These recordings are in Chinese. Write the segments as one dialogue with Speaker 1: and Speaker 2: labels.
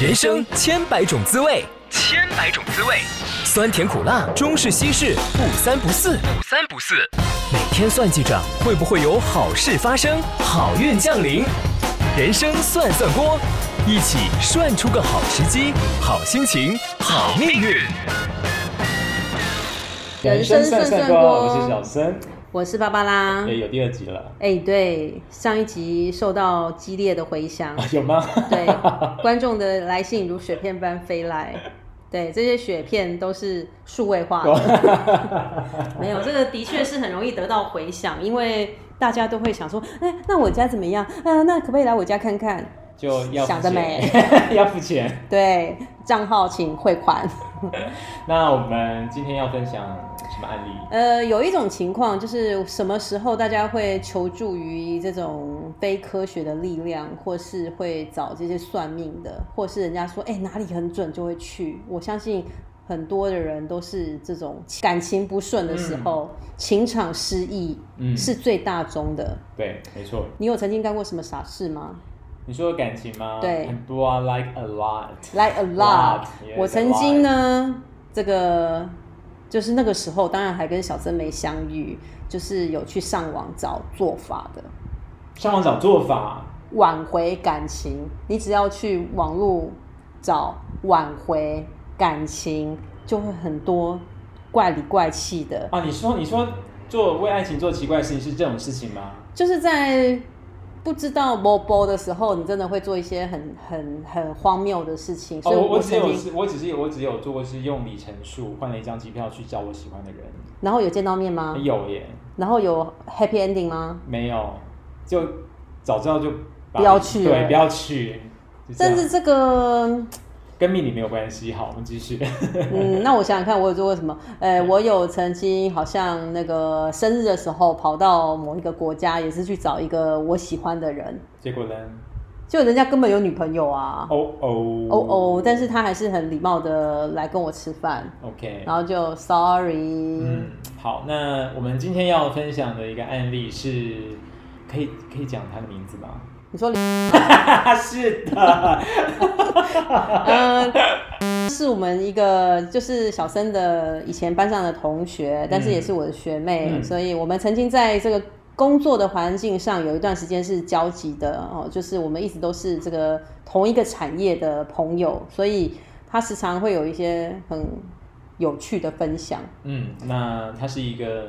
Speaker 1: 人生千百种滋味，
Speaker 2: 千百种滋味，
Speaker 1: 酸甜苦辣，中式西式，不三不四。
Speaker 2: 不三不四。
Speaker 1: 每天算计着会不会有好事发生，好运降临。人生算算锅，一起涮出个好时机、好心情、好命运。
Speaker 3: 人生算算锅
Speaker 4: 我是小森，
Speaker 3: 我是芭芭拉。
Speaker 4: 也有第二集了，
Speaker 3: 哎、对，上一集受到激烈的回响，
Speaker 4: 啊有吗？
Speaker 3: 对，观众的来信如雪片般飞来。对，这些雪片都是数位化的，没有这个的确是很容易得到回响，因为大家都会想说，哎、那我家怎么样？嗯、那可不可以来我家看看？
Speaker 4: 就要付
Speaker 3: 想得
Speaker 4: 钱
Speaker 3: 美，
Speaker 4: 要付钱。
Speaker 3: 对，账号请汇款。
Speaker 4: 那我们今天要分享什么案例？
Speaker 3: 呃，有一种情况就是什么时候大家会求助于这种非科学的力量，或是会找这些算命的，或是人家说哎、哪里很准就会去。我相信很多的人都是这种感情不顺的时候，情场失意、
Speaker 4: 嗯
Speaker 3: 是最大宗的。
Speaker 4: 对，没错，
Speaker 3: 你有曾经干过什么傻事吗
Speaker 4: 你说的感情吗？
Speaker 3: 对
Speaker 4: 很多啊，like a lot。
Speaker 3: ？Like a lot，
Speaker 4: Lot，yes，
Speaker 3: 我曾经呢，这个就是那个时候，当然还跟小珍梅相遇，就是有去上网找做法的。
Speaker 4: 上网找做法，
Speaker 3: 挽回感情，你只要去网络找挽回感情，就会很多怪里怪气的，
Speaker 4: 啊，你说你说做为爱情做奇怪的事情是这种事情吗？
Speaker 3: 就是在不知道波波的时候，你真的会做一些很很很荒谬的事情。
Speaker 4: 哦，
Speaker 3: 所以
Speaker 4: 我我只
Speaker 3: 曾
Speaker 4: 有
Speaker 3: 经，
Speaker 4: 我只是我只有做过是用里程数换了一张机票去找我喜欢的人，
Speaker 3: 然后有见到面吗？
Speaker 4: 有耶，
Speaker 3: 然后有 happy ending 吗？
Speaker 4: 没有，就早知道就把
Speaker 3: 不要去了
Speaker 4: 对，不要去，就这样
Speaker 3: 但是这 个
Speaker 4: 跟命理没有关系。好，我们继续。
Speaker 3: 嗯，那我想想看，我有做过什么？呃，我有曾经好像那个生日的时候，跑到某一个国家，也是去找一个我喜欢的人，
Speaker 4: 结果呢？
Speaker 3: 就人家根本有女朋友啊，
Speaker 4: 哦哦
Speaker 3: 哦哦，但是他还是很礼貌的来跟我吃饭，
Speaker 4: OK，
Speaker 3: 然后就 sorry，、
Speaker 4: 嗯，好，那我们今天要分享的一个案例是，可以可以讲他的名字吗？
Speaker 3: 你说，
Speaker 4: 是 的，
Speaker 3: 嗯、 是我们一个就是小生的以前班上的同学，但是也是我的学妹，
Speaker 4: 嗯
Speaker 3: 所以我们曾经在这个工作的环境上有一段时间是交集的哦，就是我们一直都是这个同一个产业的朋友，所以他时常会有一些很有趣的分享，
Speaker 4: 嗯，那她是一个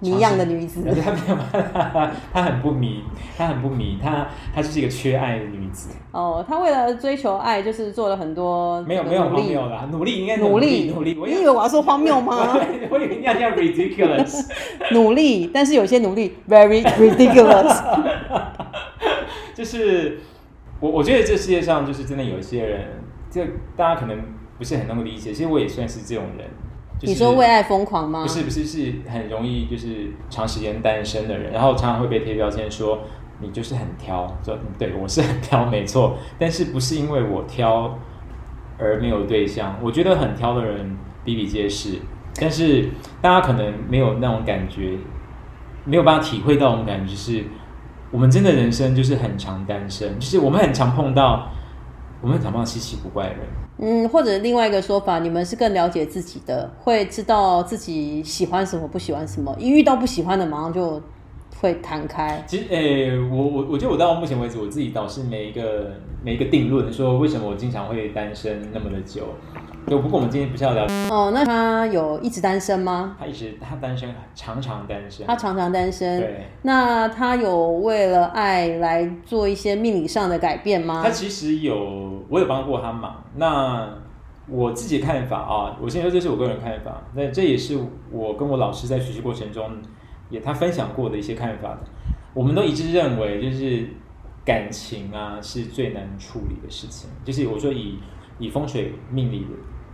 Speaker 3: 谜样的女子
Speaker 4: 尝。试， 她没有办法，她很不迷，她很不迷，她她就是一个缺爱的女子，
Speaker 3: 哦，他为了追求爱，就是做了很多
Speaker 4: 没有
Speaker 3: 这
Speaker 4: 没
Speaker 3: 个
Speaker 4: 有
Speaker 3: 努
Speaker 4: 荒
Speaker 3: 力
Speaker 4: 谬啦，努力应该
Speaker 3: 努力
Speaker 4: 努力，我
Speaker 3: 你以为我要说荒谬吗？
Speaker 4: 我以为你要叫 ridiculous，
Speaker 3: 努力，但是有些努力 very ridiculous。
Speaker 4: 就是我我觉得这世界上就是真的有一些人，这大家可能不是很能够理解。其实我也算是这种人。就是、
Speaker 3: 你说为爱疯狂吗？
Speaker 4: 不是不是是很容易就是长时间单身的人，然后常常会被贴标签说你就是很挑，说嗯对我是很挑没错，但是不是因为我挑而没有对象？我觉得很挑的人比比皆是，但是大家可能没有那种感觉，没有办法体会到我们感觉就是我们真的人生就是很常单身，就是我们很常碰到我们很常碰到稀奇古怪的人，
Speaker 3: 嗯，或者另外一个说法，你们是更了解自己的，会知道自己喜欢什么，不喜欢什么。一遇到不喜欢的，马上就会弹开。
Speaker 4: 其实，诶、我我我觉得我到目前为止，我自己倒是没一个没一个定论，说为什么我经常会单身那么的久。就不过我们今天不是要聊
Speaker 3: 哦，那他有一直单身吗？
Speaker 4: 他一直他单身，常常单身
Speaker 3: 他。常常单身。
Speaker 4: 对，
Speaker 3: 那他有为了爱来做一些命理上的改变吗
Speaker 4: 他？其实有我有帮过他忙。那我自己的看法啊，我先说这是我个人看法，那这也是我跟我老师在学习过程中也他分享过的一些看法的。我们都一致认为，就是感情啊是最难处理的事情。就是我说以以风水命理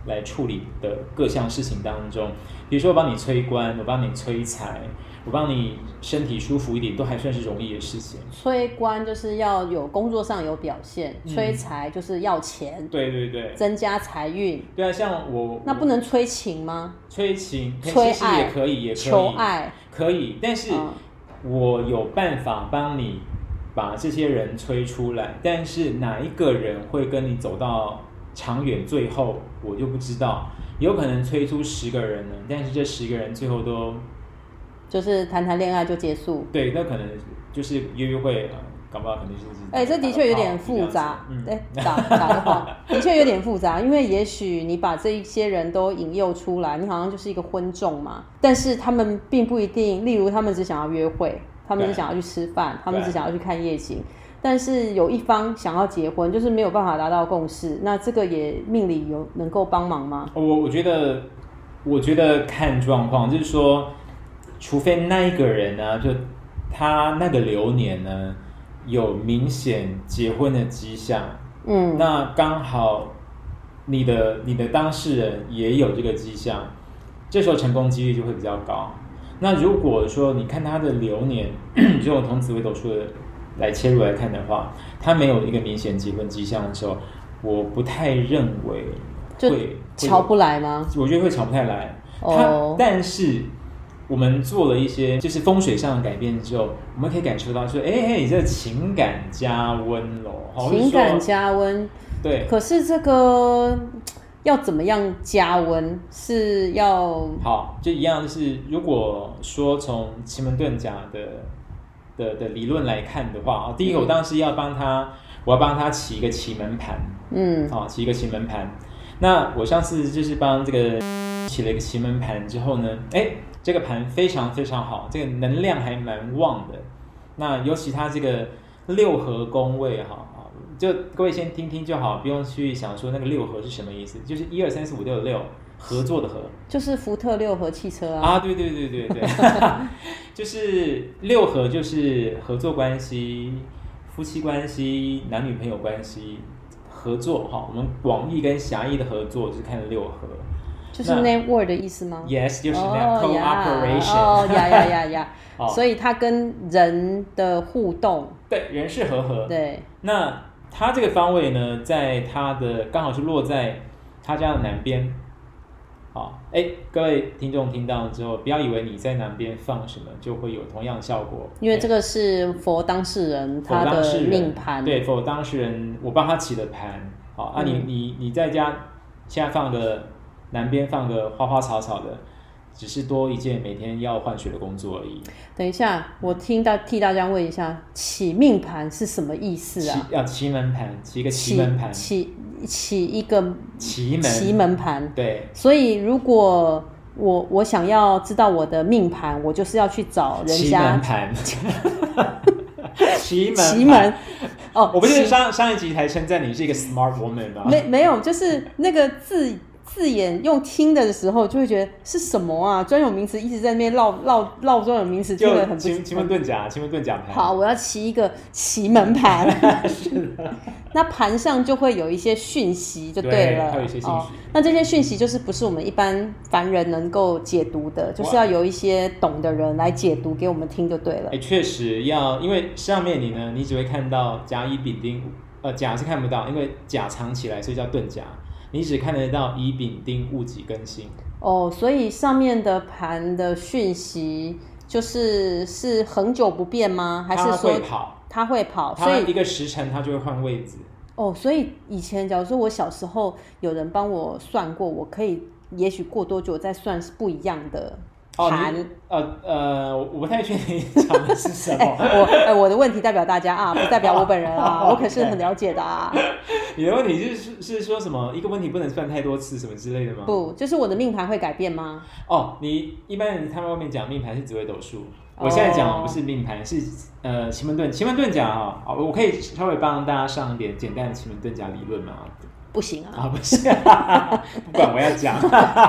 Speaker 4: 来处理的各项事情当中，比如说我帮你催官，我帮你催财，我帮你身体舒服一点，都还算是容易的事情。
Speaker 3: 催官就是要有工作上有表现，
Speaker 4: 嗯
Speaker 3: 催财就是要钱，
Speaker 4: 对对对，
Speaker 3: 增加财运。
Speaker 4: 对啊，像我
Speaker 3: 那不能催情吗？
Speaker 4: 催情，可以
Speaker 3: 催
Speaker 4: 其实
Speaker 3: 爱嗯
Speaker 4: 也可以，也可以
Speaker 3: 求爱，
Speaker 4: 可以，但是
Speaker 3: 嗯
Speaker 4: 我有办法帮你把这些人催出来，但是哪一个人会跟你走到长远最后，我就不知道。有可能催出十个人呢，但是这十个人最后都
Speaker 3: 就是谈谈恋爱就结束。
Speaker 4: 对，那可能就是约约会，呃搞不好可能就是
Speaker 3: 哎、这的确有点复杂
Speaker 4: 嗯，，
Speaker 3: 哎、打打个话，的确有点复杂，因为也许你把这一些人都引诱出来，你好像就是一个婚众嘛，但是他们并不一定，例如他们只想要约会，他们只
Speaker 4: 对
Speaker 3: 想要去吃饭，他们
Speaker 4: 对
Speaker 3: 只想要去看夜景，但是有一方想要结婚，就是没有办法达到共识，那这个也命理有能够帮忙吗？
Speaker 4: 哦我我觉得，我觉得看状况，就是说，除非那一个人呢、就他那个流年呢，有明显结婚的迹象，
Speaker 3: 嗯，
Speaker 4: 那刚好你的你的当事人也有这个迹象，这时候成功几率就会比较高。那如果说你看他的流年，就我从紫微斗数的来切入来看的话，他没有一个明显结婚迹象的时候，我不太认为
Speaker 3: 就
Speaker 4: 会会
Speaker 3: 瞧不
Speaker 4: 有
Speaker 3: 来吗？
Speaker 4: 我觉得会吵不太来。
Speaker 3: 哦
Speaker 4: 他但是我们做了一些就是风水上的改变之后，我们可以感受到说，哎、哎，你这情感加温喽，好
Speaker 3: 情感
Speaker 4: 或者哦说
Speaker 3: 加温，
Speaker 4: 对，
Speaker 3: 可是这个要怎么样加温？是要
Speaker 4: 好，就一样就是，如果说从奇门遁甲的的的理论来看的话啊，第一个我当然是要帮他，我要帮他起一个奇门盘，
Speaker 3: 嗯
Speaker 4: 啊，起一个奇门盘。那我上次就是帮这个起了一个奇门盘之后呢，哎，这个盘非常非常好，这个能量还蛮旺的。那尤其它这个六合宫位哈，啊就各位先听听就好，不用去想说那个六合是什么意思，就是一二三四五六六合作的合。
Speaker 3: 就是福特六和汽车啊，
Speaker 4: 啊，对对对对 对，就是六合就是合作关系、夫妻关系、男女朋友关系合作哈。我们广义跟狭义的合作就是看六合
Speaker 3: 就是 name word 的意思吗？
Speaker 4: ，yes 就是那样、
Speaker 3: 哦呀，
Speaker 4: cooperation，
Speaker 3: 哦呀呀呀 呀
Speaker 4: 哦，
Speaker 3: 所以它跟人的互动，
Speaker 4: 对，人是合合。
Speaker 3: 对，
Speaker 4: 那它这个方位呢，在它的刚好是落在他家的南边。好，哎，各位听众听到了之后，不要以为你在南边放什么就会有同样的效果，
Speaker 3: 因为这
Speaker 4: 个。
Speaker 3: 个是佛当事人
Speaker 4: 否
Speaker 3: 他
Speaker 4: 当事
Speaker 3: 的
Speaker 4: 人
Speaker 3: 命盘，
Speaker 4: 对，否当事人我帮他起的盘，好啊你，
Speaker 3: 嗯
Speaker 4: 你你在家现在放个南边放个花花草草的，只是多一件每天要换水的工作而已。
Speaker 3: 等一下，我听到替大家问一下，起命盘是什么意思
Speaker 4: 奇
Speaker 3: 啊？
Speaker 4: 要奇门盘，起一个奇门盘，
Speaker 3: 起起一个
Speaker 4: 奇门，
Speaker 3: 奇，门盘，
Speaker 4: 对，
Speaker 3: 所以如果我我想要知道我的命盘，我就是要去找人
Speaker 4: 奇
Speaker 3: 家
Speaker 4: 门盘，奇门盘
Speaker 3: 奇门。哦，
Speaker 4: 我不
Speaker 3: 奇
Speaker 4: 是上上一集才称赞你是一个 smart woman 吗？
Speaker 3: 没没有，就是那个字字眼用听的时候，就会觉得是什么啊？专有名词一直在那边绕绕绕专有名词，听得很
Speaker 4: 就
Speaker 3: 不嗯
Speaker 4: 奇奇门遁甲，奇门遁甲盘。
Speaker 3: 好，我要骑一个奇门盘， 那盘上就会有一些讯息就了，
Speaker 4: 对会有一些信息
Speaker 3: 哦。那这些讯息就是不是我们一般凡人能够解读的，就是要有一些懂的人来解读给我们听就对了
Speaker 4: 哎、。确实要，因为上面你呢，你只会看到甲乙丙丁，呃，甲是看不到，因为甲藏起来，所以叫遁甲。你只看得到乙丙丁戊己庚辛，
Speaker 3: 哦，所以上面的盘的讯息就是是恒久不变吗？还
Speaker 4: 它
Speaker 3: 是说
Speaker 4: 会跑，
Speaker 3: 它会跑？所
Speaker 4: 它
Speaker 3: 以
Speaker 4: 一个时辰它就会换位置。
Speaker 3: 哦，所以以前假如说我小时候有人帮我算过，我可以也许过多久再算是不一样的
Speaker 4: 哦，
Speaker 3: 盘。
Speaker 4: 你呃呃，我我不太确定 你讲的是 什
Speaker 3: 哎，
Speaker 4: 么。
Speaker 3: 我哎，我的问题代表大家啊，不代表我本人啊，
Speaker 4: 哦
Speaker 3: 我可是很了解的啊。
Speaker 4: 你的问题是是是说什么？一个问题不能算太多次什么之类的吗？
Speaker 3: 不，就是我的命盘会改变吗？
Speaker 4: 哦，你一般人他们外面讲命盘是紫微斗数，
Speaker 3: 哦
Speaker 4: 我现在讲不是命盘，是呃奇门遁奇门遁甲哈、哦，我可以稍微帮大家上一点简单的奇门遁甲理论嘛。
Speaker 3: 不行啊，
Speaker 4: 啊，不是， 不管我要讲，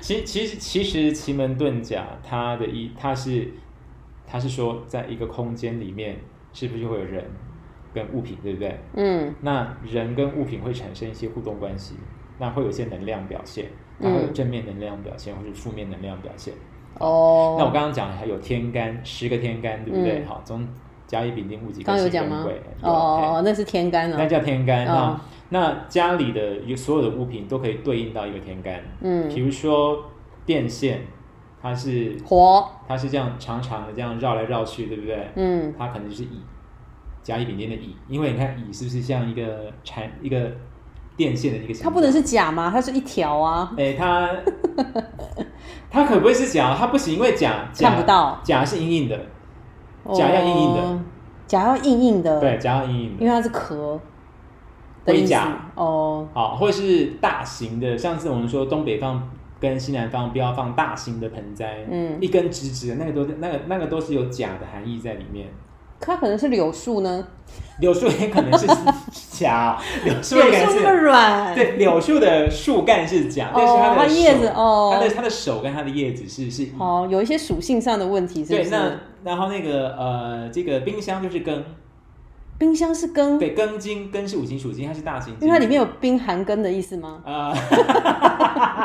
Speaker 4: 其其实其实奇门遁甲它的一它是它是说在一个空间里面是不是会有人跟物品，对不对？
Speaker 3: 嗯
Speaker 4: 那人跟物品会产生一些互动关系，那会有一些能量表现，它会有
Speaker 3: 嗯
Speaker 4: 正面能量表现，或是负面能量表现。
Speaker 3: 哦，
Speaker 4: 那我刚刚讲还有天干，十个天干，对不对？
Speaker 3: 嗯
Speaker 4: 好，从甲乙丙丁戊己
Speaker 3: 刚刚
Speaker 4: 庚
Speaker 3: 有
Speaker 4: 辛
Speaker 3: 讲
Speaker 4: 壬
Speaker 3: 吗
Speaker 4: 癸，？
Speaker 3: 哦哦，哦那是天干
Speaker 4: 对哎那
Speaker 3: 了，
Speaker 4: 叫天干。
Speaker 3: 哦
Speaker 4: 那那家里的有所有的物品都可以对应到一个天干，比
Speaker 3: 嗯，
Speaker 4: 如说电线，它是
Speaker 3: 火，
Speaker 4: 它是这样长长的这样绕来绕去，对不对？
Speaker 3: 嗯
Speaker 4: 它可能就是乙，甲乙丙丁的乙，因为你看乙是不是像一个缠一个电线的一个形
Speaker 3: 它
Speaker 4: 状？
Speaker 3: 不能是甲吗？它是一条啊。
Speaker 4: 哎、它 它可不会是甲，它不行，因为甲甲
Speaker 3: 看不到
Speaker 4: 甲是硬硬的，甲要硬硬的
Speaker 3: 哦，甲要硬硬的，
Speaker 4: 对，，甲要硬硬的
Speaker 3: 嗯因为。它是壳的意
Speaker 4: 龟
Speaker 3: 思
Speaker 4: 甲。
Speaker 3: 哦，
Speaker 4: 好，或者是大型的，像是我们说东北方跟西南方不要放大型的盆栽，
Speaker 3: 嗯
Speaker 4: 一根直直的那个都那个那个都是有假的含义在里面。
Speaker 3: 它可能是柳树呢，
Speaker 4: 柳树也可能是假，柳树也可
Speaker 3: 柳
Speaker 4: 能
Speaker 3: 树
Speaker 4: 是
Speaker 3: 那么软，
Speaker 4: 对，柳树的树干是假，但是
Speaker 3: 嗯哦
Speaker 4: 它
Speaker 3: 它
Speaker 4: 的手
Speaker 3: 叶子哦
Speaker 4: 它的它的手跟它的叶子是是一。
Speaker 3: 哦，有一些属性上的问题，是不
Speaker 4: 对，
Speaker 3: 是？
Speaker 4: 那然后那个呃，这个冰箱就是根，
Speaker 3: 冰箱是根，
Speaker 4: 对，根茎，根是五行属金，它是大型，
Speaker 3: 因为它里面有冰寒根的意思吗？
Speaker 4: 啊，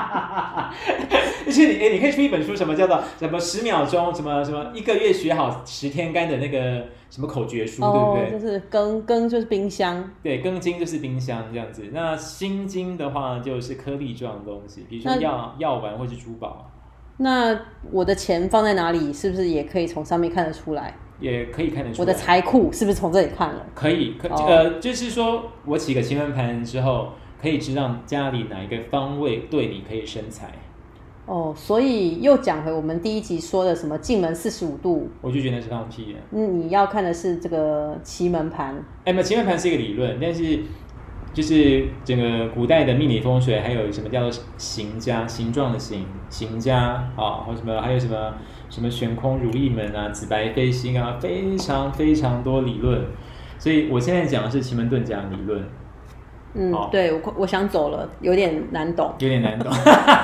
Speaker 4: 就是你，哎，你可以出一本书，什么叫做什么十秒钟，什么什么一个月学好十天干的那个什么口诀书，
Speaker 3: 哦，
Speaker 4: 对不
Speaker 3: 就
Speaker 4: 对？
Speaker 3: 是根，根就是冰箱。
Speaker 4: 对，庚金就是冰箱这样子，那辛金的话就是颗粒状的东西，比如说
Speaker 3: 那
Speaker 4: 药药丸或是珠宝，
Speaker 3: 那我的钱放在哪里，是不是也可以从上面看得出来？
Speaker 4: 也可以看得出来。
Speaker 3: 我的财库是不是从这里看了？
Speaker 4: 可以，可、
Speaker 3: 哦
Speaker 4: 呃，就是说我起个七分盘之后，可以知道家里哪一个方位对你可以生财，
Speaker 3: 哦，所以又讲回我们第一集说的什么进门四十五度，
Speaker 4: 我就觉得是放屁了。
Speaker 3: 嗯，你要看的是这个奇门盘。
Speaker 4: 哎，那奇门盘是一个理论，但是就是整个古代的命理风水，还有什么叫做形家、形状的形、形家啊，或什么还有什么什么悬空如意门啊、紫白飞星啊，非常非常多理论。所以我现在讲的是奇门遁甲理论，
Speaker 3: 嗯，
Speaker 4: 好
Speaker 3: 对我快我想走了，有点难懂。
Speaker 4: 有点难懂，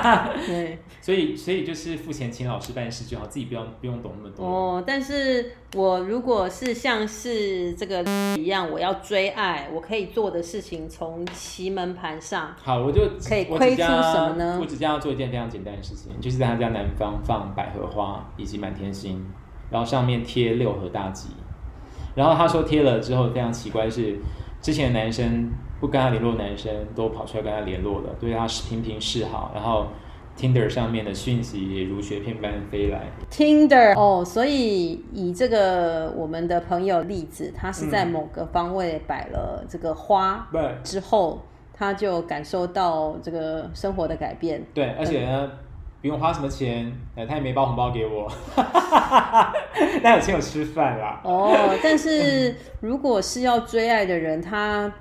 Speaker 3: 对，
Speaker 4: 所以所以就是付钱请老师办事就好，自己不用不用懂那么多。
Speaker 3: 哦，但是我如果是像是这个一样，我要追爱，我可以做的事情从奇门盘上。
Speaker 4: 好，我就
Speaker 3: 可以
Speaker 4: 我
Speaker 3: 窥
Speaker 4: 只加
Speaker 3: 出什么呢
Speaker 4: 我只将要做一件非常简单的事情，就是在他家南方放百合花以及满天星，然后上面贴六合大吉。然后他说贴了之后非常奇怪是，之前的男生不跟他联络，的男生都跑出来跟他联络了，对他频频示好，然后 Tinder 上面的讯息也如雪片般飞来。
Speaker 3: Tinder 哦，所以以这个我们的朋友例子，他是在某个方位摆了这个花、
Speaker 4: 不，
Speaker 3: 之后，他就感受到这个生活的改变。
Speaker 4: 对，而且呢，不用花什么钱，呃，他也没包红包给我， 那有请我吃饭啦。
Speaker 3: 哦，但是如果是要追爱的人，他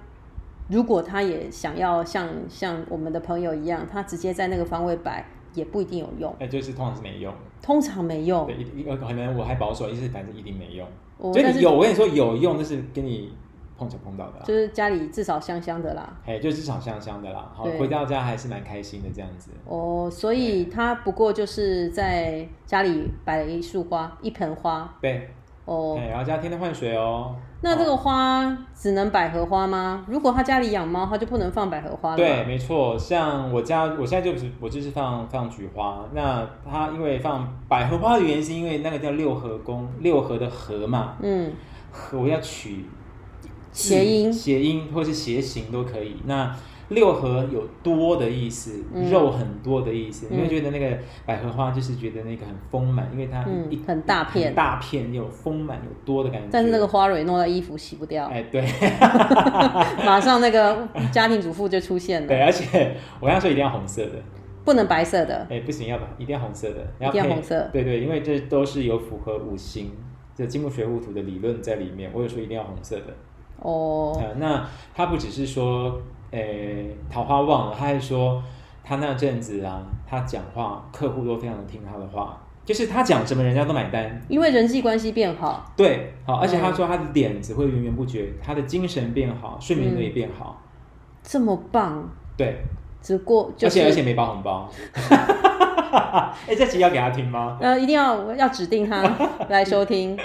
Speaker 3: 如果他也想要像像我们的朋友一样，他直接在那个方位摆，也不一定有用，
Speaker 4: 那就是通常是没用。
Speaker 3: 通常没用
Speaker 4: 对，。一定可能我还保守，意思反正一定没用。
Speaker 3: 哦
Speaker 4: 所以
Speaker 3: 但
Speaker 4: 你
Speaker 3: 是
Speaker 4: 有，我跟你说有用，就是跟你碰巧碰到的啦
Speaker 3: 就。是家里至少香香的啦。
Speaker 4: 哎，就是至少香香的啦，好，
Speaker 3: 对
Speaker 4: 回到家还是蛮开心的这样子。
Speaker 3: 哦，所以他不过就是在家里摆了一束花，一盆花。
Speaker 4: 对，
Speaker 3: 哦，
Speaker 4: 哎，然后加天天换水哦。
Speaker 3: 那这个
Speaker 4: 哦
Speaker 3: 花只能百合花吗？如果他家里养猫，他就不能放百合花了。
Speaker 4: 对，，没错，像我家，我现在就不是我就是放放菊花。那它因为放百合花的原因，是因为那个叫六合宫，六合的合嘛，
Speaker 3: 嗯，
Speaker 4: 合我要取
Speaker 3: 谐音
Speaker 4: 谐音或是谐形都可以。那六合有多的意思，
Speaker 3: 嗯
Speaker 4: 肉很多的意思。
Speaker 3: 嗯
Speaker 4: 你会觉得那个百合花就是觉得那个很丰满，因为它
Speaker 3: 嗯
Speaker 4: 一、
Speaker 3: 很大片
Speaker 4: 很大片有丰满有多的感觉。
Speaker 3: 但是那个花蕊嗯弄到衣服洗不掉，
Speaker 4: 哎，对
Speaker 3: 马上那个家庭主妇就出现
Speaker 4: 对，啊
Speaker 3: 了，
Speaker 4: 而且我要说一定要红色的，
Speaker 3: 不能白色的。
Speaker 4: 哎，不行，要吧，一定要红色的，
Speaker 3: 一定要红色
Speaker 4: 对对，因为这都是有符合五行这金木水火土的理论在里面。我有说一定要红色的，
Speaker 3: 哦，
Speaker 4: 呃，那他不只是说，诶、桃花旺了，他还说他那阵子啊，他讲话客户都非常的听他的话，就是他讲什么人家都买单。
Speaker 3: 因为人际关系变好，
Speaker 4: 对，好，而且
Speaker 3: 嗯
Speaker 4: 他说他的点子会源源不绝，他的精神变好，睡眠
Speaker 3: 嗯
Speaker 4: 也变好。
Speaker 3: 这么棒，
Speaker 4: 对，
Speaker 3: 只过就是
Speaker 4: 而且而且没包 红包。 哎、这集要给他听吗？
Speaker 3: 呃，一定要要指定 他来收听。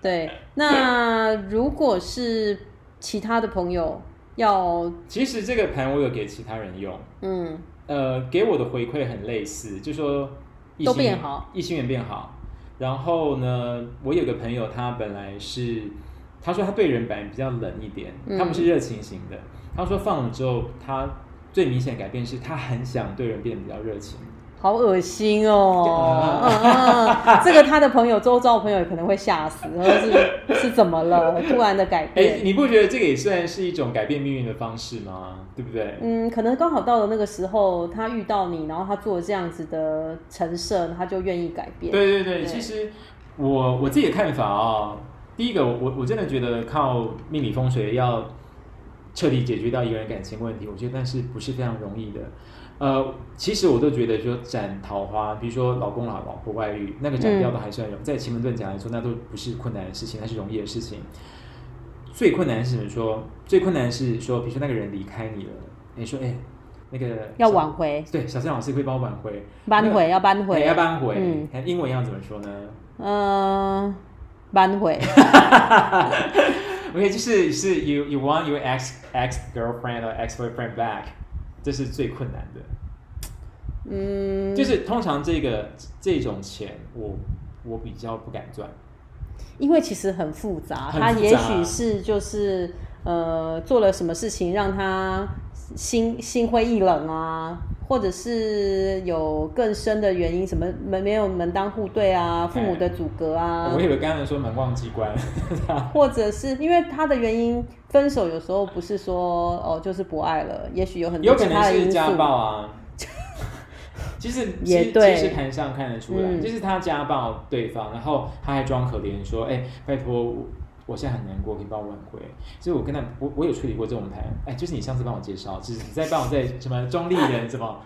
Speaker 3: 对，那如果是其他的朋友要，
Speaker 4: 其实这个盘我有给其他人用，
Speaker 3: 嗯，
Speaker 4: 呃，给我的回馈很类似，就说异
Speaker 3: 都
Speaker 4: 性
Speaker 3: 变好，
Speaker 4: 异性缘变好。然后呢，我有个朋友，他本来是，他说他对人本来比较冷一点，
Speaker 3: 嗯
Speaker 4: 他不是热情型的。他说放了之后，他最明显的改变是他很想对人变得比较热情。
Speaker 3: 好恶心哦！
Speaker 4: 啊
Speaker 3: 嗯嗯，这个他的朋友、周遭的朋友也可能会吓死，或者是是怎么 了？突然的改
Speaker 4: 哎，
Speaker 3: 变，
Speaker 4: 你不觉得这个也算是一种改变命运的方式吗？对不对？
Speaker 3: 嗯，可能刚好到了那个时候，他遇到你，然后他做了这样子的陈设，他就愿意改变。
Speaker 4: 对对对，
Speaker 3: 对
Speaker 4: 其实我我自己的看法啊、第一个我我我真的觉得靠命理风水要彻底解决掉一个人感情问题，我觉得但是不是非常容易的。呃，其实我都觉得说斩桃花，比如说老公老老婆外遇，那个
Speaker 3: 嗯
Speaker 4: 斩掉都还算容易，在奇门遁甲来说，那都不是困难的事情，那是容易的事情。最困难是什么说？最困难是说，比如说那个人离开你了，你说哎、那个
Speaker 3: 要
Speaker 4: 小
Speaker 3: 挽回，
Speaker 4: 对小郑老师会帮我挽回，
Speaker 3: 扳回要扳
Speaker 4: 哎
Speaker 3: 回，
Speaker 4: 要扳回。
Speaker 3: 嗯
Speaker 4: 哎英文要怎么说呢
Speaker 3: 嗯，扳回，
Speaker 4: ？OK，就是是 you you want your ex ex girlfriend or ex boyfriend back，这是最困难的。
Speaker 3: 嗯，
Speaker 4: 就是通常这个这种钱我，我比较不敢赚。
Speaker 3: 因为其实很复杂，
Speaker 4: 很复
Speaker 3: 他
Speaker 4: 杂
Speaker 3: 也许是就是呃做了什么事情让他心心灰意冷啊，或者是有更深的原因，什么门没有门当户对啊，父母的阻隔啊
Speaker 4: 哎我，以为刚才说门忘机关，
Speaker 3: 或者是因为他的原因，分手有时候不是说哦就是不爱了，也许有很
Speaker 4: 有
Speaker 3: 多
Speaker 4: 可
Speaker 3: 其
Speaker 4: 能
Speaker 3: 他的因
Speaker 4: 是
Speaker 3: 素。
Speaker 4: 家暴啊。其实
Speaker 3: 也
Speaker 4: 其实
Speaker 3: 对
Speaker 4: 其实盘上看得出来，
Speaker 3: 嗯
Speaker 4: 就是他家暴对方，然后他还装可怜说：“哎、拜托我，我现在很难过，可以帮我挽回。”所以我跟他我我有处理过这种盘，哎、就是你上次帮我介绍，就是你在帮我在什么中立人什么，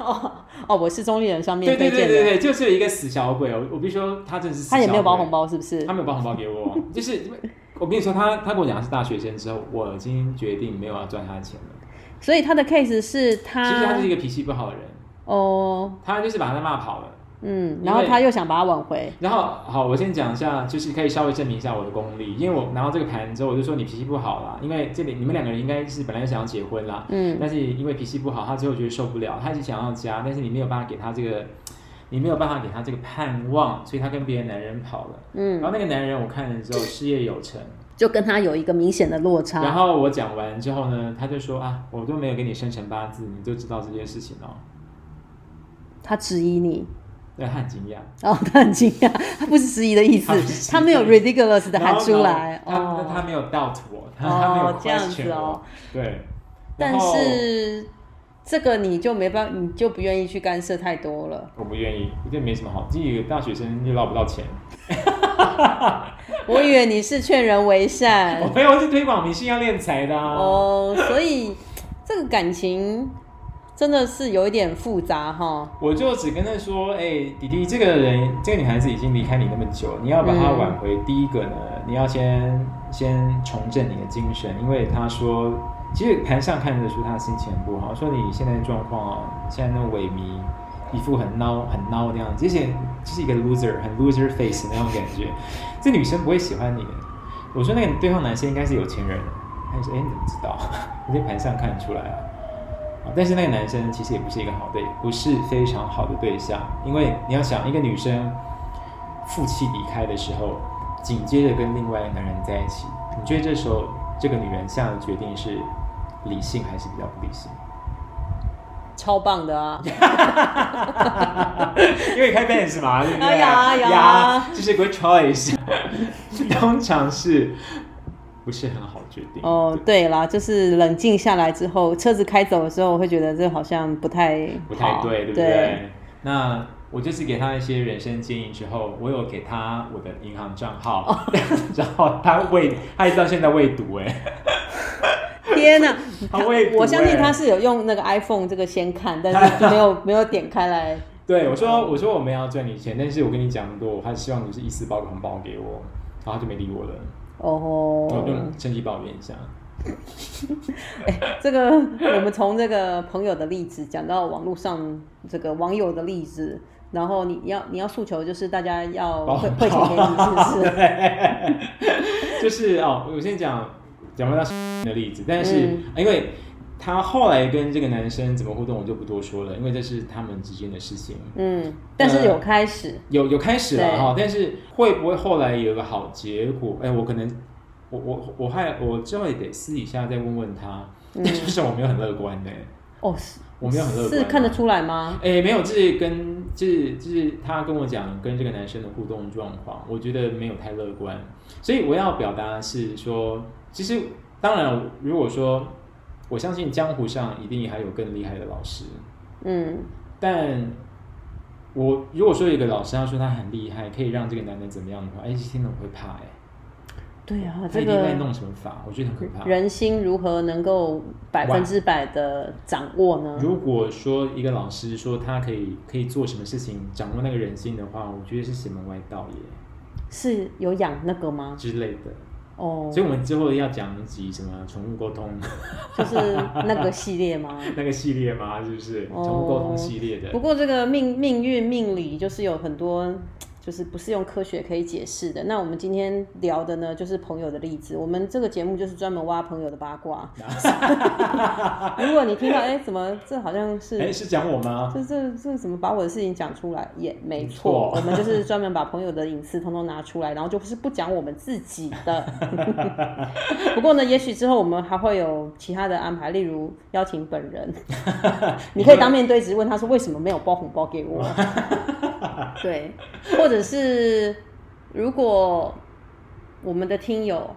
Speaker 3: 哦哦，我是中立人上 面
Speaker 4: 对对
Speaker 3: 推
Speaker 4: 对
Speaker 3: 荐
Speaker 4: 对
Speaker 3: 的，
Speaker 4: 对，就是有一个死小鬼，哦我我必须说他真的是死
Speaker 3: 他也没有
Speaker 4: 小鬼
Speaker 3: 包红包是不是
Speaker 4: 他？没有包红包给我，哦就是因为我跟你说，他他跟我讲他是大学生之后，我已经决定没有要赚他的钱了。
Speaker 3: 所以他的 case 是
Speaker 4: 其实他
Speaker 3: 他
Speaker 4: 就是一个脾气不好的人，
Speaker 3: 哦。
Speaker 4: 他就是把他骂跑了。
Speaker 3: 嗯，
Speaker 4: 因
Speaker 3: 然后
Speaker 4: 为
Speaker 3: 他又想把它挽回，
Speaker 4: 然后好，我先讲一下，就是可以稍微证明一下我的功力，因为我拿到这个盘之后，我就说你脾气不好啦，因为这里你们两个人应该是本来就想要结婚啦，
Speaker 3: 嗯
Speaker 4: 但是因为脾气不好，他最后觉得受不了，他一直想要家，但是你没有办法给他这个，你没有办法给他这个盼望，所以他跟别的男人跑了。然
Speaker 3: 嗯，
Speaker 4: 后那个男人我看了之后事业有成，
Speaker 3: 就跟他有一个明显的落
Speaker 4: 然
Speaker 3: 差。
Speaker 4: 后我讲完之后呢，他就说啊，我都没有给你生辰八字，你就知道这件事情哦。
Speaker 3: 他质疑你，
Speaker 4: 对，他很惊讶。
Speaker 3: 哦，他很惊讶，他不是质疑的意思
Speaker 4: 他不是质疑，
Speaker 3: 他没有 ridiculous 的喊出来
Speaker 4: 然后呢他他
Speaker 3: 哦。
Speaker 4: 没有 doubt 我，他他没有
Speaker 3: 哦，这样子
Speaker 4: question
Speaker 3: 哦
Speaker 4: 我。，对。然
Speaker 3: 但
Speaker 4: 后
Speaker 3: 是这个你就没办法，你就不愿意去干涉太多了。
Speaker 4: 我不愿意，我觉得没什么好。自己大学生又捞不到钱，
Speaker 3: 我以为你是劝人为善
Speaker 4: 我朋友是推广迷信要练财的啊。
Speaker 3: 哎哦，所以这个感情真的是有一点复杂哈。
Speaker 4: 我就只跟他说，哎、弟弟，这个人，这个女孩子已经离开你那么久，你要把她
Speaker 3: 嗯
Speaker 4: 挽回。第一个呢，你要先先重振你的精神，因为她说，其实盘上看得出她心情很不好，说你现在的状况啊，现在那么萎靡，一副很孬很孬的样子，就是就是一个 loser，很 loser face 那种感觉， 这女生不会喜欢你的。我说那个对方男生应该是有钱人，他就说，哎、你怎么知道？ 你在盘上看得出来啊。啊但是那个男生其实也不是一个好对，不是非常好的对象，因为你要想一个女生负气离开的时候，紧接着跟另外一个男人在一起，你觉得这时候这个女人下的决定是理性还是比较不理性？
Speaker 3: 超棒的啊！
Speaker 4: 因为开 band 是嘛，对不对？
Speaker 3: 哎呀呀
Speaker 4: 呀，这是 good choice，通常是不是很好的决定？
Speaker 3: 哦，对啦，就是冷静下来之后，车子开走的时候，我会觉得这好像不太
Speaker 4: 不太
Speaker 3: 好
Speaker 4: 对，
Speaker 3: 对
Speaker 4: 对不对？ 那我就是给他一些人生建议之后，我有给他我的银行账
Speaker 3: 哦
Speaker 4: 号， 然后他未，他一直到现在未读哎、
Speaker 3: 天哪，
Speaker 4: 他未读、
Speaker 3: 我相信他
Speaker 4: 哎。
Speaker 3: 是有用那个 iPhone 这个先看，但是没有没有点开来。
Speaker 4: 对我
Speaker 3: 哦
Speaker 4: 说，我说我没有要赚你钱，但是我跟你讲那么多，我还希望你是一次包个红包给我，然后他就没理我了，
Speaker 3: 哦
Speaker 4: 我就趁机抱怨一下。
Speaker 3: 这个我们从这个朋友的例子讲到网络上这个网友的例子，然后你要你要诉求就是大家要
Speaker 4: 包
Speaker 3: 汇
Speaker 4: 红包
Speaker 3: 汇钱给你，是不是？
Speaker 4: 对，就是哦，我先讲讲不到的例子，但是、
Speaker 3: 嗯
Speaker 4: 因为他后来跟这个男生怎么互动，我就不多说了，因为这是他们之间的事情。
Speaker 3: 嗯，但是有开始，
Speaker 4: 有有开始了
Speaker 3: 对
Speaker 4: 哈，但是会不会后来有个好结果？哎，我可能我我我还我之后也得私底下再问问他，但是我没有很乐观呢、
Speaker 3: 哦，是
Speaker 4: 我没有很乐观
Speaker 3: 是看得出来吗？
Speaker 4: 哎，没有，这是跟这是这是他跟我讲跟这个男生的互动状况，我觉得没有太乐观。所以我要表达的是说，其实当然，如果说我相信江湖上一定还有更厉害的老师，
Speaker 3: 嗯
Speaker 4: 但我如果说有一个老师他说他很厉害，可以让这个男的怎么样的话，哎，其实听了我会怕哎、
Speaker 3: 对啊，
Speaker 4: 他
Speaker 3: 这
Speaker 4: 一定
Speaker 3: 个
Speaker 4: 在弄啊什么法，我觉得很可怕。
Speaker 3: 人心如何能够百分之百的掌握呢？
Speaker 4: 如果说一个老师说他可以可以做什么事情，掌握那个人心的话，我觉得是邪门歪道耶
Speaker 3: 是有养那个吗？
Speaker 4: 之类的。
Speaker 3: 哦，
Speaker 4: 所以我们之后要讲一集什么宠物沟通
Speaker 3: 就是那个系列吗？
Speaker 4: 那个系列吗？是不是
Speaker 3: 哦
Speaker 4: 宠物沟通系列的
Speaker 3: 不？过这个命命运命理就是有很多，就是不是用科学可以解释的。那我们今天聊的呢，就是朋友的例子。我们这个节目就是专门挖朋友的八卦。如果你听到哎，怎么这好像是
Speaker 4: 哎，是讲我吗？
Speaker 3: 这这这怎么把我的事情讲出来？也啊没
Speaker 4: 没
Speaker 3: 错，
Speaker 4: 错
Speaker 3: 我们就是 专门把朋友的隐私通通拿出来，然后就是不讲我们自己 的。不过呢，也许之后我们还会有其他的安排，例如邀请本 人，你可以当面对质问他说为什么没有包红包给 我？对，或者是如果我们的听友，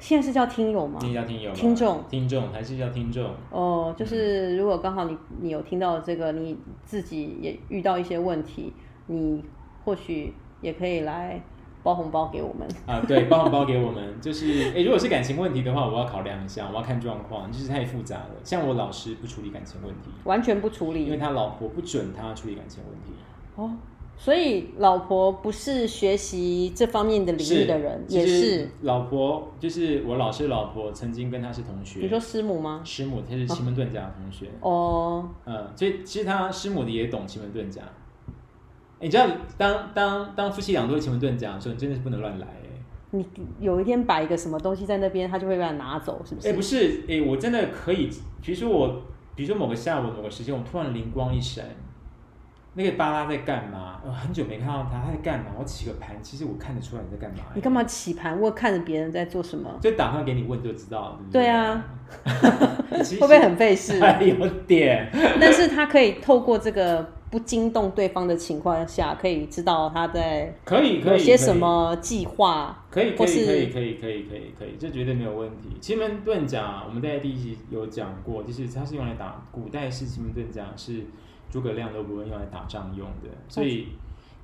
Speaker 3: 现在是叫听友吗？
Speaker 4: 你要听友吗？
Speaker 3: 听众
Speaker 4: 听众还是要听众？
Speaker 3: 哦，就是如果刚好你你有听到这个，你自己也遇到一些问题，你或许也可以来包红包给我们。
Speaker 4: 啊，对，包红包给我们， 就是诶，如果是感情问题的话，我要考量一下，我要看状况，就是太复杂了。像我老师不处理感情问题，
Speaker 3: 完全不处
Speaker 4: 因为
Speaker 3: 理
Speaker 4: 他老婆不准他处理感情问题。
Speaker 3: 哦，所以老婆不是学习这方面的领域的人，
Speaker 4: 其
Speaker 3: 也
Speaker 4: 实
Speaker 3: 是
Speaker 4: 老婆，就是我老师的老婆曾经跟他是同学，
Speaker 3: 你说哦师母吗？
Speaker 4: 师母，他是奇门遁甲的同学，
Speaker 3: 哦，
Speaker 4: 嗯，所以其实他师母的也懂奇门遁甲。你知道，当当当夫妻俩都会奇门遁甲的时候，你真的是不能乱来、欸。
Speaker 3: 你有一天摆一个什么东西在那边，他就会被他拿走，是不
Speaker 4: 哎、
Speaker 3: 是？
Speaker 4: 不是，哎、我真的可以，比如说我，比如说某个下午某个时间，我突然灵光一闪，那个巴拉在干嘛？我很久没看到他，他在干嘛？我起个盘，其实我看得出来你在干嘛、欸
Speaker 3: 你干嘛？起盘？我看着别人在做什么，
Speaker 4: 就打电话给你问就知道了，对不
Speaker 3: 对 啊，
Speaker 4: 会
Speaker 3: 会不会很费事？
Speaker 4: 有点，
Speaker 3: 但是他可以透过这个不惊动对方的情况下，可以知道他在
Speaker 4: 可以可
Speaker 3: 有
Speaker 4: 以。
Speaker 3: 些什
Speaker 4: 可以
Speaker 3: 么计划，
Speaker 4: 可以可
Speaker 3: 或
Speaker 4: 以可以
Speaker 3: 是
Speaker 4: 可以可以可以可以，这绝对没有问题。奇门遁甲，我们在第一集有讲过，就是它是用来打古代式奇门遁甲，是诸葛亮、刘伯温用来打仗用的，所以
Speaker 3: 嗯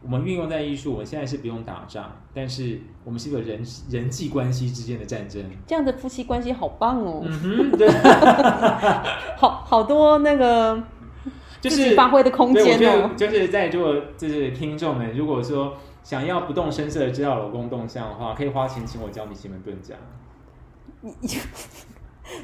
Speaker 4: 我们运用在艺术，我们现在是不用打仗，但是我们是一个人人际关系之间的战争。
Speaker 3: 这样的夫妻关系好棒哦，
Speaker 4: 嗯哼，对，
Speaker 3: 好好多那个
Speaker 4: 就
Speaker 3: 自
Speaker 4: 是
Speaker 3: 己发挥的空
Speaker 4: 对，
Speaker 3: 间
Speaker 4: 我觉
Speaker 3: 哦
Speaker 4: 得。就是在如果就是听众们，如果说想要不动声色的知道老公动向的话，可以花钱请我教你奇门遁甲。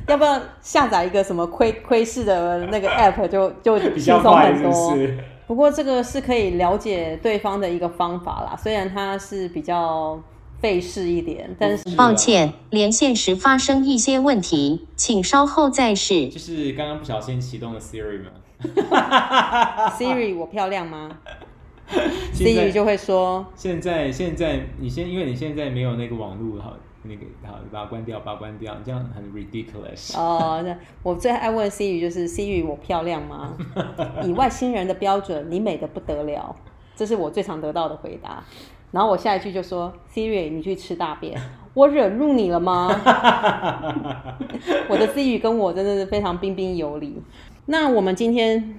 Speaker 3: 要不要下载一个什么窥窥视的那个 app 就就
Speaker 4: 比
Speaker 3: 轻
Speaker 4: 较
Speaker 3: 松
Speaker 4: 快
Speaker 3: 很
Speaker 4: 是不
Speaker 3: 多？
Speaker 4: 是？
Speaker 3: 不过这个是可以了解对方的一个方法啦，虽然它是比较费事一点，但
Speaker 4: 啊
Speaker 3: 是
Speaker 5: 抱歉，连线时发生一些问题，请稍后再试。
Speaker 4: 就是刚刚不小心启动了 Siri 嘛
Speaker 3: Siri 我漂亮吗
Speaker 4: 现在
Speaker 3: ？Siri 就会说
Speaker 4: 现在现在你先，因为你现在没有那个网络，好，那个好，把它关掉，把它关掉，这样很 ridiculous。
Speaker 3: 哦，那我最爱问 C 语就是 C 语我漂亮吗？以外星人的标准，你美得不得了，这是我最常得到的回答。然后我下一句就说 Siri，你去吃大便，我惹怒你了吗？我的 C 语跟我真的是非常彬彬有礼。那我们今天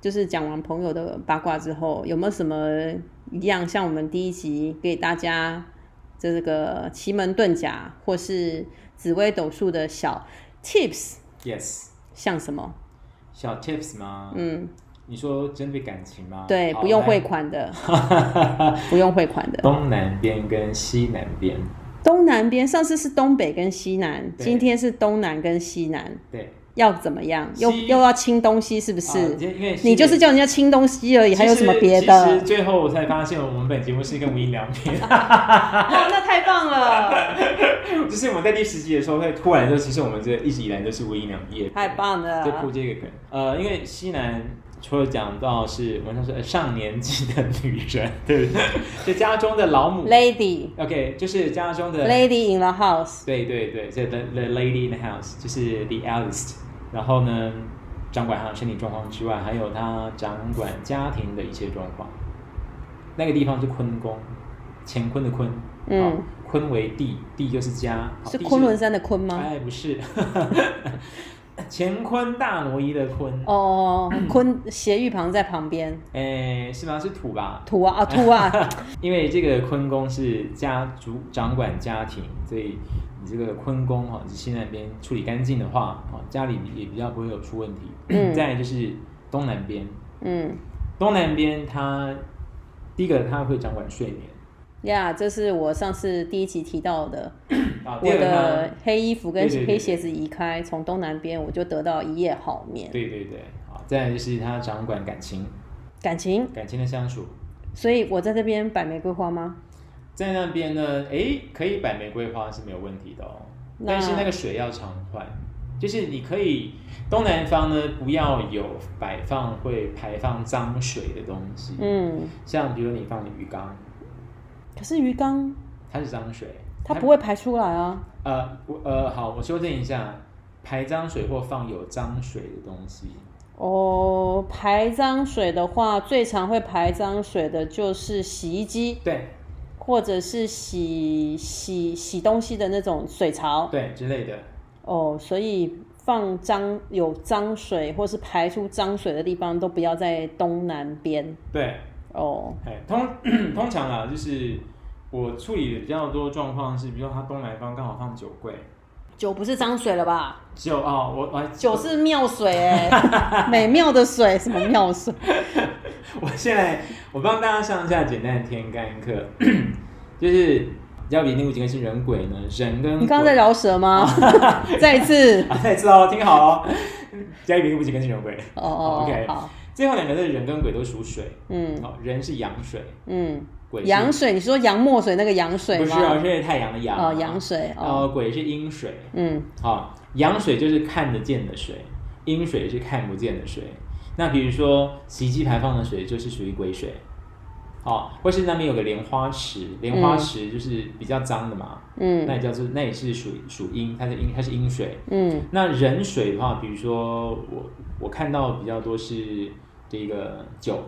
Speaker 3: 就是讲完朋友的八卦之后，有没有什么一样像我们第一集给大家这个奇门遁甲或是紫微斗数的小 tips，
Speaker 4: Yes，
Speaker 3: 像什么？
Speaker 4: 小 tips 吗？
Speaker 3: 嗯，
Speaker 4: 你说针对感情吗？
Speaker 3: 对，
Speaker 4: 啊好
Speaker 3: 不用汇。
Speaker 4: 来
Speaker 3: 款的，不用汇款的。
Speaker 4: 东南边跟西南边，
Speaker 3: 东南边上次是东北跟西南，
Speaker 4: 对
Speaker 3: 今天是东南跟西南，
Speaker 4: 对，
Speaker 3: 要怎么样？又
Speaker 4: 西
Speaker 3: 又要清东西，是不是？
Speaker 4: 啊因为西
Speaker 3: 你就是叫人家清东西而已，还有什么别的？
Speaker 4: 其实 最后我才发现，我们本节目是一个无印良品。
Speaker 3: 哦，那太棒了，
Speaker 4: 就是我们在第十集的时候，会突然就其实我们这一直以来都是无印良品。
Speaker 3: 太棒了
Speaker 4: 就铺这个梗。呃，因为西南除了讲到是文章是呃上年纪的女人，对不对？就家中的老母
Speaker 3: ，Lady，Lady
Speaker 4: ，OK，就是家中的
Speaker 3: in the house，
Speaker 4: 对对对，这 the the lady in the house 就是 the eldest。然后呢，掌管他的身体状况之外，还有他掌管家庭的一些状况。那个地方是坤宫，乾坤的坤，
Speaker 3: 嗯
Speaker 4: 好，坤为地，地就是家，好
Speaker 3: 是
Speaker 4: 地
Speaker 3: 昆仑山的昆吗？
Speaker 4: 哎，不是，乾坤大挪移的坤，
Speaker 3: 哦，昆斜玉旁在旁边，
Speaker 4: 哎，是吗？是土吧？
Speaker 3: 土啊啊土 啊，
Speaker 4: 因为这个坤宫是家主掌管家庭，所以你这个坤宫哈，你西南边处理干净的话，哦，家里也比较不会有出问题。
Speaker 3: 嗯
Speaker 4: 再来就是东南边，
Speaker 3: 嗯
Speaker 4: 东南边它第一个它会掌管睡眠，
Speaker 3: 呀，这是我上次第一集提到的，
Speaker 4: 啊，第
Speaker 3: 我
Speaker 4: 二个它
Speaker 3: 的黑衣服跟
Speaker 4: 对对对
Speaker 3: 黑鞋子移开，从东南边我就得到一夜好眠。
Speaker 4: 对对对，好，再来就是它掌管感情，
Speaker 3: 感情，
Speaker 4: 感情的相处。
Speaker 3: 所以我在这边摆玫瑰花吗？
Speaker 4: 在那边呢，诶，可以摆玫瑰花是没有问题的哦，
Speaker 3: 那
Speaker 4: 但是那个水要常换，就是你可以东南方呢不要有摆放会排放脏水的东西，，
Speaker 3: 嗯，
Speaker 4: 像比如你放鱼缸，
Speaker 3: 可是鱼缸
Speaker 4: 它是脏水，
Speaker 3: 它不会排出来啊。
Speaker 4: 呃我呃好，我修正一下，排脏水或放有脏水的东西，
Speaker 3: 哦，排脏水的话，最常会排脏水的就是洗衣机，
Speaker 4: 对
Speaker 3: 或者是洗洗洗东西的那种水槽。
Speaker 4: 对之类的，
Speaker 3: 哦，所以放脏有脏水或是排出脏水的地方都不要在东南边。
Speaker 4: 对，
Speaker 3: 哦，
Speaker 4: 哎，通 通常啊，就是我处理的比较多状况是，比如说它东南方刚好放酒柜。
Speaker 3: 酒不是脏水了吧？
Speaker 4: 酒哦，我我还
Speaker 3: 酒是妙水哎、 美妙的水，什么妙水？
Speaker 4: 我现在我帮大家上一下简单的天干课， 就是要比那五几个是人鬼呢，人跟
Speaker 3: 你刚刚在
Speaker 4: 聊
Speaker 3: 饶舌吗？再一次。
Speaker 4: 啊，再知道听好哦，加一比那五几跟是人鬼，
Speaker 3: 哦哦
Speaker 4: OK
Speaker 3: 好，
Speaker 4: 最后两个的人跟鬼都属水，
Speaker 3: 嗯
Speaker 4: 哦，人是阳水，
Speaker 3: 嗯，
Speaker 4: 鬼是
Speaker 3: 羊水，你说洋墨水那个洋水
Speaker 4: 不是啊，
Speaker 3: 吗？
Speaker 4: 是太阳的阳
Speaker 3: 哦，阳，水哦，
Speaker 4: 哦，鬼是阴水，
Speaker 3: 嗯
Speaker 4: 好，啊阳水就是看得见的水，阴水是看不见的水。那比如说洗衣机排放的水就是属于鬼水，好，或是那边有个莲花池，莲花池就是比较脏的嘛，那
Speaker 3: 嗯
Speaker 4: 也叫做那也是属属阴，它是阴它是阴水。
Speaker 3: 嗯
Speaker 4: 那人水的话，比如说我我看到比较多是这个酒，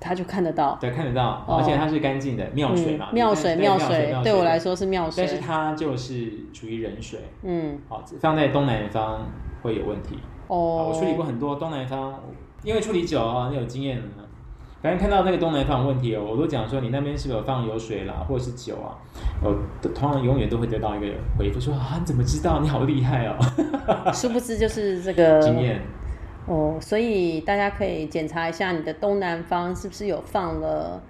Speaker 3: 他就看得到。
Speaker 4: 对，看得到，
Speaker 3: 哦
Speaker 4: 而且它是干净的妙水嘛，
Speaker 3: 嗯妙水妙
Speaker 4: 水
Speaker 3: 水，，对我来，说是妙
Speaker 4: 但是
Speaker 3: 水。
Speaker 4: 它就是属于人水，
Speaker 3: 嗯
Speaker 4: 好，放在东南方会有问题。啊
Speaker 3: 哦，
Speaker 4: 我处理过很多东南方，因为处理久啊，你有经验了嘛。反正看到那个东南方有问题哦，我都讲说你那边是不是有放油水啦，或者是酒啊，我通常永远都会得到一个回复说啊，你怎么知道？你好厉害哦，
Speaker 3: 殊不知就是这个
Speaker 4: 经验。
Speaker 3: 哦，所以大家可以检查一下你的东南方是不是有放了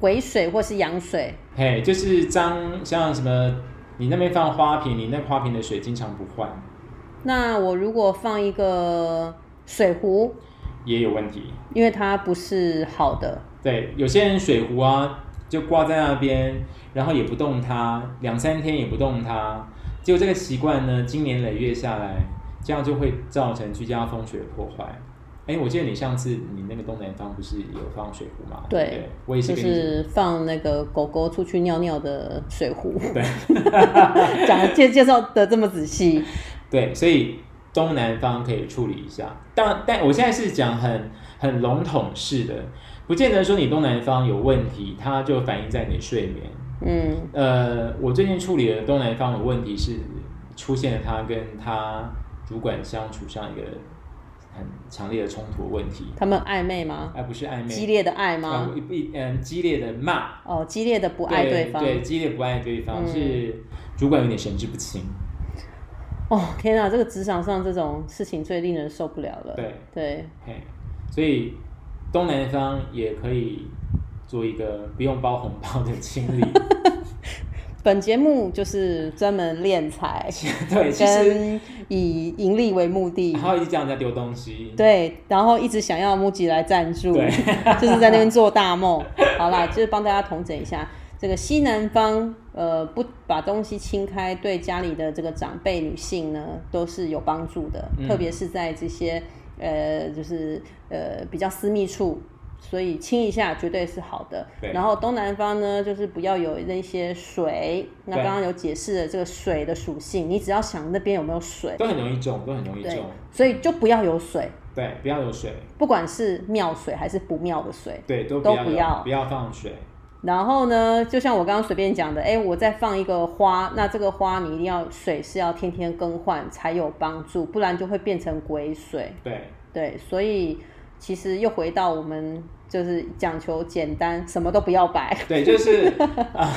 Speaker 3: 癸水或是阳水。
Speaker 4: 嘿，就是脏，像什么，你那边放花瓶，你那花瓶的水经常不换，
Speaker 3: 那我如果放一个水壶，
Speaker 4: 也有问题。
Speaker 3: 因为它不是好的，
Speaker 4: 对，有些人水壶啊，就挂在那边，然后也不动它，两三天也不动它。结果这个习惯呢，经年累月下来，这样就会造成居家风水的破坏。哎，我记得你上次你那个东南方不是有放水壶吗？
Speaker 3: 对
Speaker 4: 不对，我也是
Speaker 3: 就
Speaker 4: 跟你
Speaker 3: 是放那个狗狗出去尿尿的水壶。
Speaker 4: 对
Speaker 3: 讲得介介绍的这么仔细，
Speaker 4: 对，所以东南方可以处理一下。但但我现在是讲很很笼统式的，不见得说你东南方有问题，它就反映在你的睡眠。
Speaker 3: 嗯
Speaker 4: 呃，我最近处理的东南方有问题是出现他跟他主管相处上一个很强烈的冲突的问题，
Speaker 3: 他们暧昧吗？
Speaker 4: 而不是暧昧，
Speaker 3: 激烈的爱
Speaker 4: 啊
Speaker 3: 吗？
Speaker 4: 不一嗯激烈的骂，
Speaker 3: 哦，激烈的不爱
Speaker 4: 对
Speaker 3: 方。
Speaker 4: 对，激烈不爱对方、
Speaker 3: 嗯
Speaker 4: 是主管有点神志不清，
Speaker 3: 哦，天啊，这个职场上这种事情最令人受不了了。
Speaker 4: 对
Speaker 3: 对，
Speaker 4: 嘿，所以东南方也可以做一个不用包红包的清理，
Speaker 3: 本节目就是专门敛财，
Speaker 4: 对，其实
Speaker 3: 跟以盈利为目的
Speaker 4: 然。后一直叫人家丢东西，
Speaker 3: 对，然后一直想要木吉来赞助，
Speaker 4: 对
Speaker 3: 就是在那边做大梦。 好啦，就是帮大家统整一下，这个西南方，呃，不把东西清开，对家里的这个长辈女性呢，都是有帮助的，
Speaker 4: 嗯
Speaker 3: 特别是在这些呃，就是呃比较私密处。所以清一下绝对是好的
Speaker 4: 对。
Speaker 3: 然后东南方呢，就是不要有那些水。那
Speaker 4: 对
Speaker 3: 刚刚有解释了这个水的属性，你只要想那边有没有水，
Speaker 4: 都很容易中，都很容易
Speaker 3: 对
Speaker 4: 中。，
Speaker 3: 所以就不要有水。
Speaker 4: 对，不要有水，
Speaker 3: 不管是妙水还是不妙的水。
Speaker 4: 对，都
Speaker 3: 都
Speaker 4: 不要
Speaker 3: 不
Speaker 4: 有
Speaker 3: 要
Speaker 4: 不要放水，
Speaker 3: 然后呢，就像我刚刚随便讲的，哎，我再放一个花，那这个花你一定要水是要天天更换才有帮助，不然就会变成鬼水。
Speaker 4: 对
Speaker 3: 对，所以其实又回到我们就是讲求简单，什么都不要摆。
Speaker 4: 对，就是啊，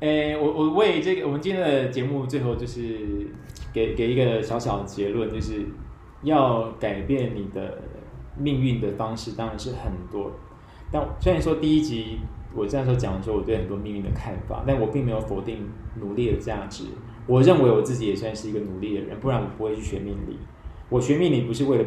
Speaker 4: 诶、我我为这个我们今天的节目最后就是给给一个小小的结论，就是要改变你的命运的方式当然是很多，但虽然说第一集我这样说讲说我对很多命运的看法，但我并没有否定努力的价值。我认为我自己也算是一个努力的人，不然我不会去学命理。我学命理不是为了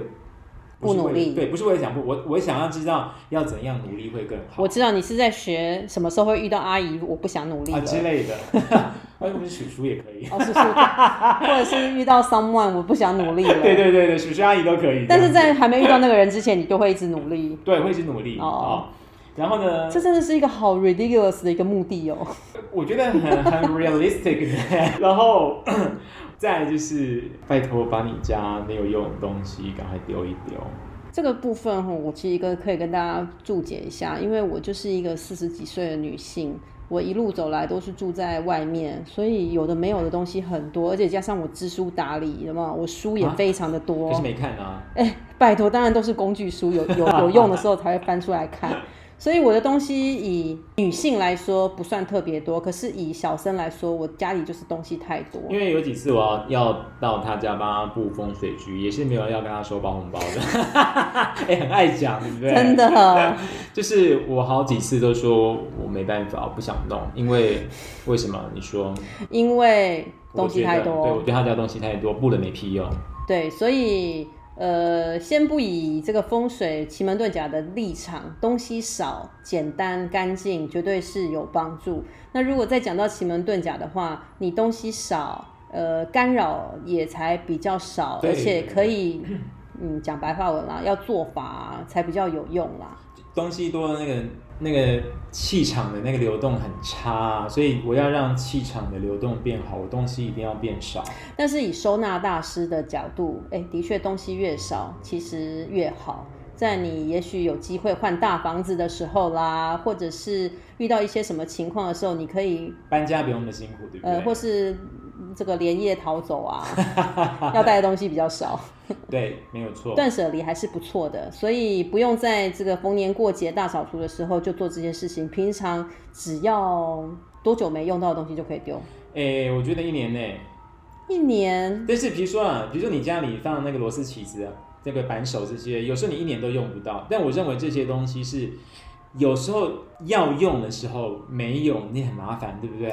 Speaker 3: 不
Speaker 4: 是为
Speaker 3: 努
Speaker 4: 了
Speaker 3: 力
Speaker 4: 对，不是为了想不，我我想要知道要怎样努力会更好。
Speaker 3: 我知道你是在学什么时候会遇到阿姨，我不想努力了。
Speaker 4: 啊 之类的， 哎或者是叔叔也可以。
Speaker 3: 哦，是是，或者是遇到 someone 我不想努力了。
Speaker 4: 对对对对，叔叔阿姨都可以。
Speaker 3: 但是
Speaker 4: 这样
Speaker 3: 在还没遇到那个人之前，你就会一直努力。
Speaker 4: 对会一直努力
Speaker 3: 哦
Speaker 4: 哦然后呢
Speaker 3: 这，真的是一个好 ridiculous 的一个目的哦。
Speaker 4: 我觉得很很 realistic 。然后 再来就是，拜托把你家没有用的东西赶快丢一丢。
Speaker 3: 这个部分哈，我其实跟可以跟大家注解一下，因为我就是一个四十几岁的女性，我一路走来都是住在外面，所以有的没有的东西很多，而且加上我知书达理，有没有？我书也非常的多。
Speaker 4: 可啊是没看啊，
Speaker 3: 哎、拜托，当然都是工具书，有有有用的时候才会翻出来看。 所以我的东西以女性来说不算特别多，可是以小生来说，我家里就是东西太多。
Speaker 4: 因为有几次我要要到他家帮他布风水局，也是没有要跟他收包红包的。 哎、很爱讲，对不对？
Speaker 3: 真的，
Speaker 4: 就是我好几次都说我没办法，我不想弄，因为为什么？你说
Speaker 3: 因为东
Speaker 4: 我
Speaker 3: 西
Speaker 4: 觉得
Speaker 3: 太多。
Speaker 4: 对我对他家东西太多，布了没屁用。
Speaker 3: 对，所以呃，先不以这个风水奇门遁甲的立场，东西少、简单、干净，绝对是有帮助。那如果再讲到奇门遁甲的话，你东西少，呃，干扰也才比较少，
Speaker 4: 对
Speaker 3: 而且可以，嗯，讲白话文啦，要做法、才比较有用啦。
Speaker 4: 东西多的那个那个气场的那个流动很差、啊所以我要让气场的流动变好，我东西一定要变少。
Speaker 3: 但是以收纳大师的角度，哎，的确东西越少，其实越好。在你也许有机会换大房子的时候啦，或者是遇到一些什么情况的时候，你可以
Speaker 4: 搬家不用那么辛苦，对不对？
Speaker 3: 呃，或是这个连夜逃走啊，要带的东西比较少，
Speaker 4: 对，没有错。
Speaker 3: 断舍离还是不错的。所以不用在这个逢年过节大扫除的时候就做这些事情，平常只要多久没用到的东西就可以丢。
Speaker 4: 哎，我觉得一年内，
Speaker 3: 一年
Speaker 4: 但是比如说啊，比如说你家里放那个螺丝起子、啊、那个扳手这些，有时候你一年都用不到。但我认为这些东西是有时候要用的时候没有，你很麻烦，对不对？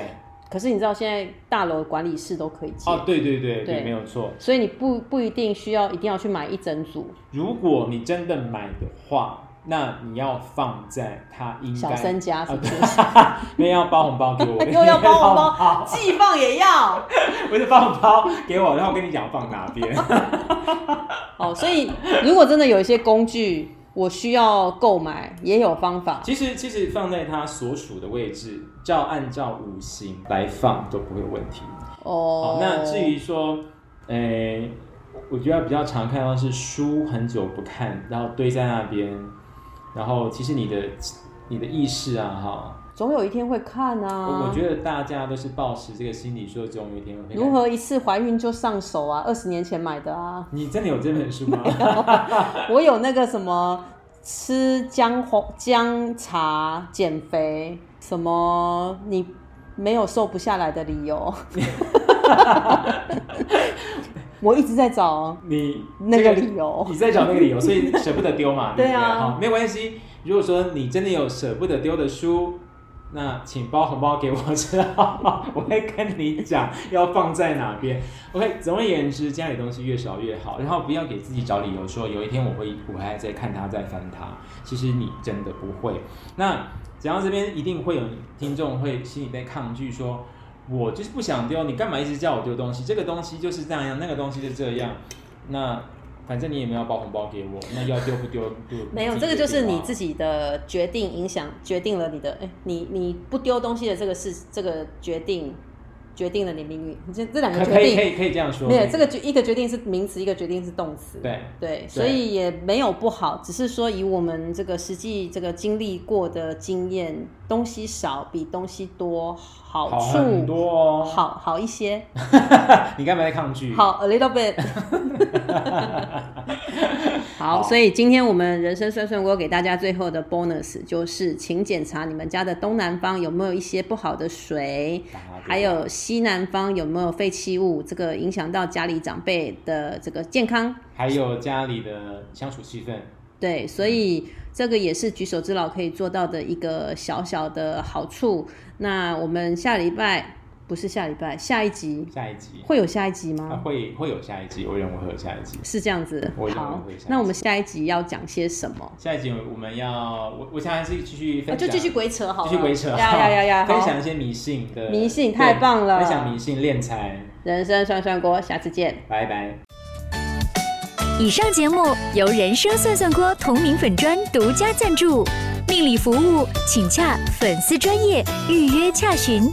Speaker 3: 可是你知道现在大楼管理室都可以借，
Speaker 4: 哦，对对对
Speaker 3: 对
Speaker 4: 对，没有错。
Speaker 3: 所以你不不一定需要一定要去买一整组
Speaker 4: 如果你真的买的话，那你要放在它应该
Speaker 3: 小三家，是
Speaker 4: 啊
Speaker 3: 不是？
Speaker 4: 没有要包红包给 我，
Speaker 3: 又 要包红
Speaker 4: 没有要
Speaker 3: 包，寄放也要
Speaker 4: 不是包红包给我，然后我跟你讲放哪边。
Speaker 3: 哦。所以如果真的有一些工具，我需要购买，也有方法。
Speaker 4: 其实其实放在它所属的位置，照按照五行来放都不会有问题。
Speaker 3: 哦
Speaker 4: 好，，那至于说，诶、我觉得比较常看到是书很久不看，然后堆在那边，然后其实你的你的意识啊，哈，
Speaker 3: 总有一天会看啊。
Speaker 4: 我我觉得大家都是抱持这个心理，说总有一天会。
Speaker 3: 如？何一次怀孕就上手啊？二十年前买的啊，
Speaker 4: 你真的有这本书吗？
Speaker 3: 我有那个什么吃姜黄姜茶减肥，什么你没有瘦不下来的理 由。我一直在找 啊
Speaker 4: 你
Speaker 3: 那
Speaker 4: 这
Speaker 3: 个理由
Speaker 4: 你在找那个理由，所以舍不得 丢嘛。
Speaker 3: 对
Speaker 4: 不
Speaker 3: 啊
Speaker 4: 好，没有关系。如果说你真的有舍不得丢的书，那请包红包给我知道， 我会跟你讲要放在哪边。OK，总而言之，家里东西越少越好，然后不要给自己找理由说有一天我会我还在看它在翻它，其实你真的不会。那讲到这边，一定会有听众会心里在抗拒说。我就是不想丢，你干嘛一直叫我丢东西？这个东西就是这样，那个东西是这样。那反正你也没有包红包给我，那要丢不丢丢？
Speaker 3: 没有，这个就是你自
Speaker 4: 己
Speaker 3: 己的决定影响决定了你的，哎，你你不丢东西的这个事，这个决定决定了你命运。这这两个
Speaker 4: 可
Speaker 3: 决
Speaker 4: 可以可
Speaker 3: 定，
Speaker 4: 以可以这样说。
Speaker 3: 没有这个决一个决定是名词，一个决定是动词。
Speaker 4: 对
Speaker 3: 对，所以也没有不好，只是说以我们这个实际这个经历过的经验，东西少比东西多，好
Speaker 4: 好
Speaker 3: 处
Speaker 4: 很多哦。
Speaker 3: 好好一些，
Speaker 4: 你干嘛在抗拒？
Speaker 3: 好 a little bit 好。
Speaker 4: 好
Speaker 3: 所以今天我们人生涮涮锅给大家最后的 bonus 就是，请检查你们家的东南方有没有一些不好的水，还有西南方有没有废弃物，这个影响到家里长辈的这个健康。
Speaker 4: 还有家里的相处气氛，
Speaker 3: 对，所以这个也是举手之劳可以做到的一个小小的好处。那我们下礼拜不是下礼拜，下一集
Speaker 4: 下一集
Speaker 3: 会有下一集吗？
Speaker 4: 啊会会有下一集，我认为会有下一集。
Speaker 3: 是这样子
Speaker 4: 我，认为
Speaker 3: 好
Speaker 4: 会下一集，
Speaker 3: 那我们下一集要讲些什么？
Speaker 4: 下一集我们要我我现在还是继续
Speaker 3: 啊
Speaker 4: 分
Speaker 3: 就
Speaker 4: 享，
Speaker 3: 继续鬼扯好
Speaker 4: 继
Speaker 3: 了，
Speaker 4: 续鬼扯，
Speaker 3: 呀呀呀呀，
Speaker 4: 分
Speaker 3: 好
Speaker 4: 享一些迷信的
Speaker 3: 迷信
Speaker 4: 对
Speaker 3: 太棒了
Speaker 4: 分享迷信敛财，
Speaker 3: 人生涮涮锅，下次见。
Speaker 4: 拜拜。
Speaker 6: 以上节目由人生算算锅同名粉专独家赞助，命理服务请洽粉丝专业预约洽询。